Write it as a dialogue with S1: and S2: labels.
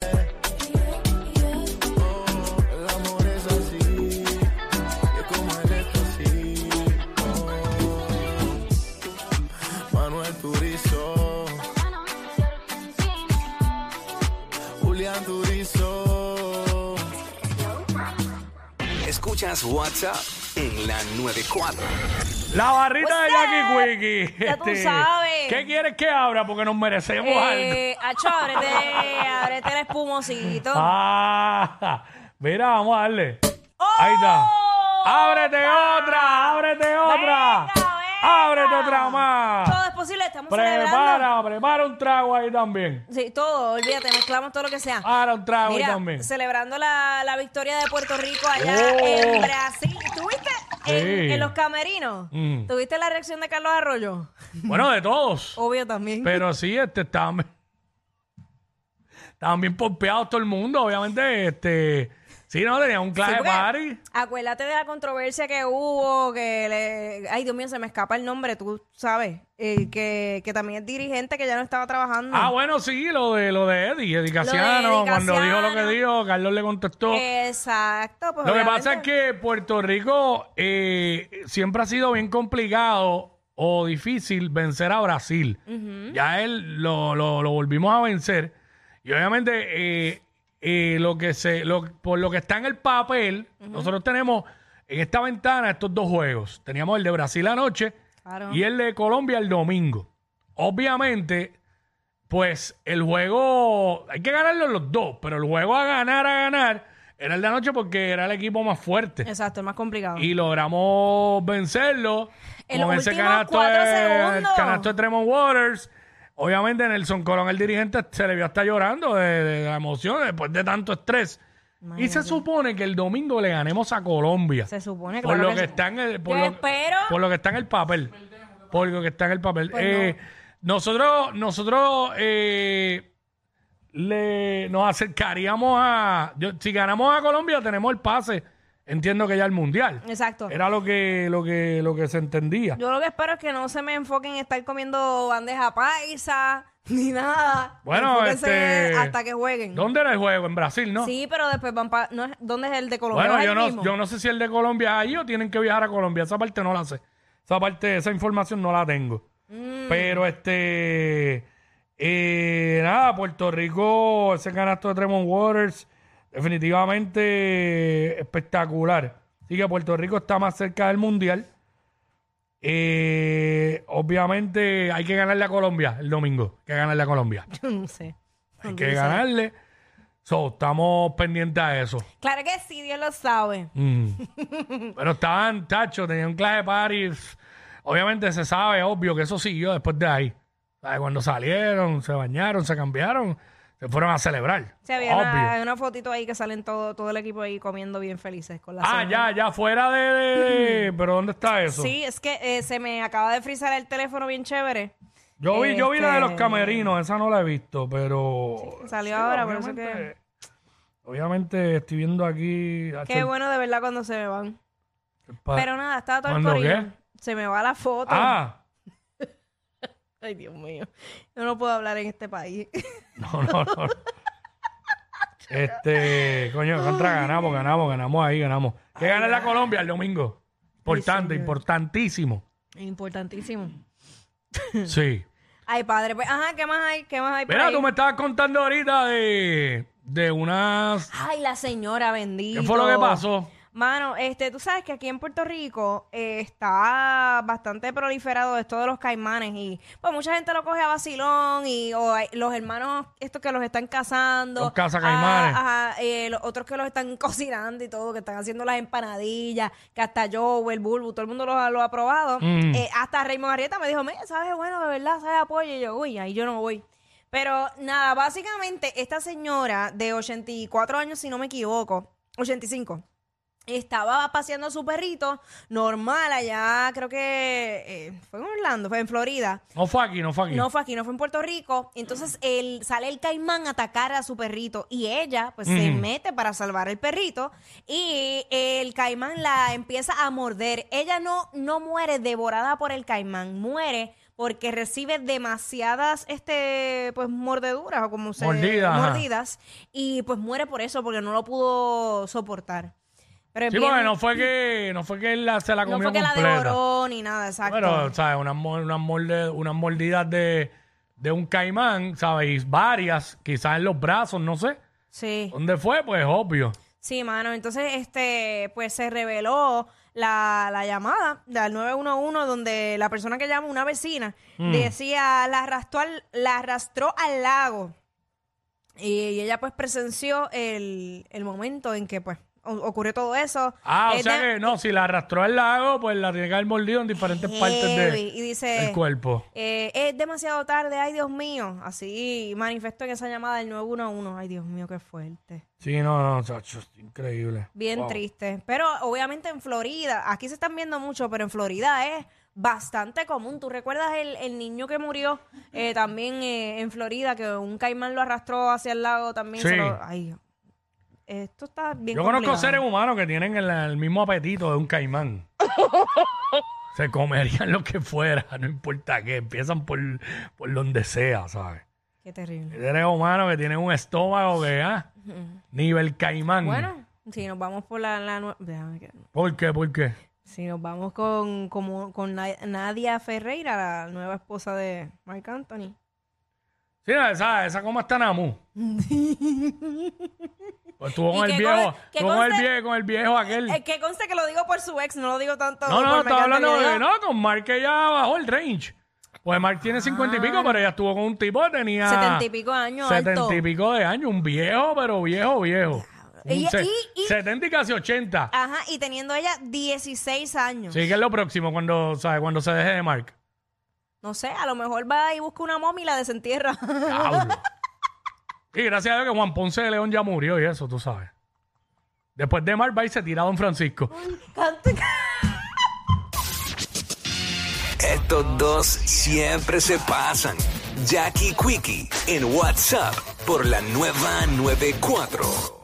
S1: El amor es así, que como él es así. oh. Manuel Turizo, Julián Turizo.
S2: Escuchas WhatsApp en la 94.
S3: La barrita de
S4: What's up?
S3: Jackie Quickie.
S4: Pues, eh,
S3: este,
S4: Ya tú sabes.
S3: ¿Qué quieres que abra? Porque nos merecemos algo.
S4: Eh, Acho, ábrete, ábrete el espumosito.
S3: Ah, mira, vamos a darle.
S4: ¡Oh!
S3: Ahí está. Ah. Ábrete otra, ábrete otra.
S4: Venga, venga.
S3: Ábrete otra
S4: Todo
S3: más.
S4: es posible, estamos celebrando.
S3: Prepara, prepara un trago ahí también.
S4: Sí, todo, olvídate, mezclamos todo lo que sea.
S3: Ahora un trago ahí
S4: Mira,
S3: Ah, también.
S4: celebrando la, la victoria de Puerto Rico allá
S3: Oh.
S4: en Brasil. ¿Tuviste en,
S3: Sí.
S4: en los camerinos?
S3: Mm.
S4: ¿Tuviste la reacción de Carlos Arroyo?
S3: Bueno, de todos.
S4: Obvio también.
S3: Pero sí, este estaban, estaban bien pompeados todo el mundo, obviamente. Este, sí, no, tenían un clase
S4: Sí,
S3: de
S4: porque
S3: party.
S4: Acuérdate de la controversia que hubo, que le... Ay, Dios mío, se me escapa el nombre, tú sabes. eh, que, que también es dirigente que ya no estaba trabajando.
S3: Ah, bueno, sí, lo de lo de Eddie, Eddie
S4: Lo
S3: Casiano,
S4: de Eddie
S3: cuando dijo lo que
S4: Casiano.
S3: dijo, Carlos le contestó.
S4: Exacto. Pues
S3: lo que
S4: obviamente.
S3: pasa es que Puerto Rico eh, siempre ha sido bien complicado o difícil vencer a Brasil. Ya él lo, lo- lo volvimos a vencer. Y obviamente eh, eh, lo que se, lo- por lo que está en el papel, nosotros tenemos en esta ventana estos dos juegos. Teníamos el de Brasil anoche
S4: Claro.
S3: y el de Colombia el domingo. Obviamente, pues el juego, hay que ganarlo los dos, pero el juego a ganar, a ganar, era el de anoche porque era el equipo más fuerte.
S4: Exacto, es más complicado.
S3: Y logramos vencerlo
S4: En
S3: con
S4: los
S3: ese
S4: últimos
S3: canasto
S4: cuatro
S3: de,
S4: segundos.
S3: canasto de Tremont Waters. Obviamente Nelson Colón, el dirigente, se le vio hasta llorando de, de la emoción después de tanto estrés. Y se supone que el domingo le ganemos a Colombia.
S4: Se supone,
S3: por
S4: claro
S3: lo
S4: que
S3: que,
S4: sí.
S3: está en el, por,
S4: Yo
S3: lo,
S4: espero-
S3: por lo que está en el papel. Por lo que está en el papel.
S4: Pues
S3: Eh, Nosotros, nosotros eh, le, nos acercaríamos a. yo- si ganamos a Colombia, tenemos el pase. Entiendo que ya el mundial.
S4: Exacto.
S3: Era lo que, lo que, lo que se entendía.
S4: Yo lo que espero es que no se me enfoquen en estar comiendo bandeja paisa ni nada.
S3: Bueno,
S4: Enfóquense
S3: este-
S4: hasta que jueguen.
S3: ¿Dónde era el juego? En Brasil, ¿no?
S4: Sí, pero después van para. No, es- ¿Dónde es el de Colombia?
S3: Bueno,
S4: ¿Es
S3: yo
S4: el
S3: no,
S4: mismo?
S3: yo no sé si el de Colombia es ahí o tienen que viajar a Colombia. Esa parte no la sé. Esa parte, esa información no la tengo. Pero este. eh, nada, Puerto Rico, ese canasto de Tremont Waters, definitivamente espectacular. Así que Puerto Rico está más cerca del mundial. Eh, obviamente hay que ganarle a Colombia el domingo. Hay que ganarle a Colombia.
S4: Yo no sé.
S3: Hay que ganarle. So, estamos pendientes a eso.
S4: Claro que sí, Dios lo sabe.
S3: Mm, Pero estaban, tacho, tenían clase de party. Obviamente se sabe, obvio, que eso siguió después de ahí. ¿Sabe? Cuando salieron, se bañaron, se cambiaron, se fueron a celebrar.
S4: Se había una, hay
S3: obvio.
S4: una fotito ahí que salen todo, todo el equipo ahí comiendo bien felices con la
S3: Ah,
S4: cena.
S3: ya, ya, fuera de, de- de- Pero ¿dónde está eso?
S4: Sí, es que eh, se me acaba de frizar el teléfono bien chévere.
S3: yo vi, yo vi la de los
S4: este-
S3: camerinos, esa no la he visto, pero.
S4: salió ahora, por eso
S3: obviamente- Obviamente estoy viendo aquí. tacho,
S4: Qué bueno de verdad cuando se me van.
S3: pa-
S4: Pero nada, estaba todo el
S3: Ah, ¿Cuándo
S4: corillo.
S3: qué?
S4: Se me va la foto.
S3: Ah,
S4: Ay, Dios mío. Yo no puedo hablar en este país.
S3: No, no, no. este, coño, contra ganamos, ganamos, ganamos ahí, ganamos. Que gana la Colombia el domingo. Importante, importantísimo.
S4: Importantísimo.
S3: Sí.
S4: Ay, padre. Pues, ajá, ¿qué más hay? ¿Qué más hay? por
S3: Mira,
S4: ahí?
S3: tú me estabas contando ahorita de, de unas...
S4: Ay, la señora bendita.
S3: ¿Qué fue lo que pasó?
S4: Mano, este, tú sabes que aquí en Puerto Rico eh, está bastante proliferado esto de los caimanes y pues mucha gente lo coge a vacilón y o hay- los hermanos estos que los están cazando.
S3: Los cazacaimanes.
S4: Ajá, ajá, eh, los otros que los están cocinando y todo, que están haciendo las empanadillas, que hasta yo, el Bulbu, todo el mundo lo, ha- lo ha probado.
S3: Mm.
S4: Eh, hasta Raymond Arrieta me dijo, mira, sabes, bueno, de verdad, sabes, apoyo. Y yo, uy, ahí yo no voy. Pero nada, básicamente esta señora de 84 años, si no me equivoco, 85 estaba paseando a su perrito normal allá, creo que eh, fue en Orlando, fue en Florida.
S3: No fue aquí, no fue aquí.
S4: No fue aquí, no fue en Puerto Rico. Entonces el, sale el caimán a atacar a su perrito y ella pues se
S3: Mm.
S4: mete para salvar el perrito y el caimán la empieza a morder. Ella no, no muere devorada por el caimán, muere porque recibe demasiadas este pues mordeduras o como se
S3: Mordidas, ajá.
S4: mordidas y pues muere por eso porque no lo pudo soportar. Pero es
S3: sí,
S4: bien-
S3: porque no fue que, no fue que él la- se la
S4: no
S3: comió
S4: fue que la
S3: completa.
S4: devoró ni nada, exacto.
S3: Pero, ¿sabes? Unas mor- unas morde- unas mordidas de, de un caimán, ¿sabes? Y varias, quizás en los brazos, no sé.
S4: sí.
S3: ¿Dónde fue? Pues obvio.
S4: Sí, mano. Entonces, este, pues se reveló la, la llamada del 911 donde la persona que llama, una vecina,
S3: Mm.
S4: decía, la arrastró, al, la arrastró al lago. Y, y ella pues presenció el, el momento en que pues o- ocurrió todo eso.
S3: Ah, o
S4: Es
S3: sea
S4: de-
S3: que no, si la arrastró al lago, pues la tiene que haber mordido en diferentes partes de-
S4: Heavy. Y dice-
S3: del cuerpo.
S4: Eh, es demasiado tarde, ay Dios mío. Así manifestó en esa llamada del 911. Ay Dios mío, qué fuerte.
S3: Sí, no, no, chacho, es increíble.
S4: Bien
S3: Wow.
S4: triste. Pero obviamente en Florida, aquí se están viendo mucho, pero en Florida es bastante común. ¿Tú recuerdas el, el niño que murió eh, también eh, en Florida, que un caimán lo arrastró hacia el lago también? se
S3: Sí.
S4: lo- ay, esto está bien
S3: Yo conozco
S4: complicado.
S3: seres humanos que tienen el, el mismo apetito de un caimán. Se comerían lo que fuera, no importa qué, empiezan por, por donde sea, ¿sabes?
S4: Qué terrible.
S3: Seres humanos que tienen un estómago que, ah, nivel caimán.
S4: Bueno, si nos vamos por la... la nue- déjame que-
S3: ¿Por qué? ¿Por qué?
S4: si nos vamos con, como, con Na- Nadia Ferreira, la nueva esposa de Mark Anthony.
S3: Sí, esa, esa coma está namu. Pues tú
S4: ¿Y
S3: con el
S4: qué
S3: viejo,
S4: con- qué
S3: tú con el
S4: conse-
S3: viejo, con el viejo aquel.
S4: Eh, que conste que lo digo por su ex, no lo digo tanto
S3: No, no,
S4: por
S3: estaba
S4: Marc Anthony,
S3: hablando
S4: yo
S3: de
S4: digo-
S3: no, con Mark que ya bajó el range. Pues Mark tiene cincuenta y pico, pero ella estuvo con un tipo que tenía.
S4: Ah. Setenta y pico años, alto.
S3: Setenta y pico de años, un viejo, pero viejo, viejo.
S4: Y-
S3: Un se-
S4: y- Ah. y-
S3: Setenta y casi ochenta.
S4: Ajá, y teniendo ella 16 años.
S3: Sí, que es lo próximo cuando, ¿sabes? cuando se deje de Mark.
S4: No sé, a lo mejor va y busca una momia y la desentierra.
S3: Diablo. y gracias a Dios que Juan Ponce de León ya murió y eso, tú sabes. Después de Mark va y se tira a Don Francisco.
S4: Canto-
S2: Estos dos siempre se pasan. Jackie Quickie en WhatsApp por la nueva 94.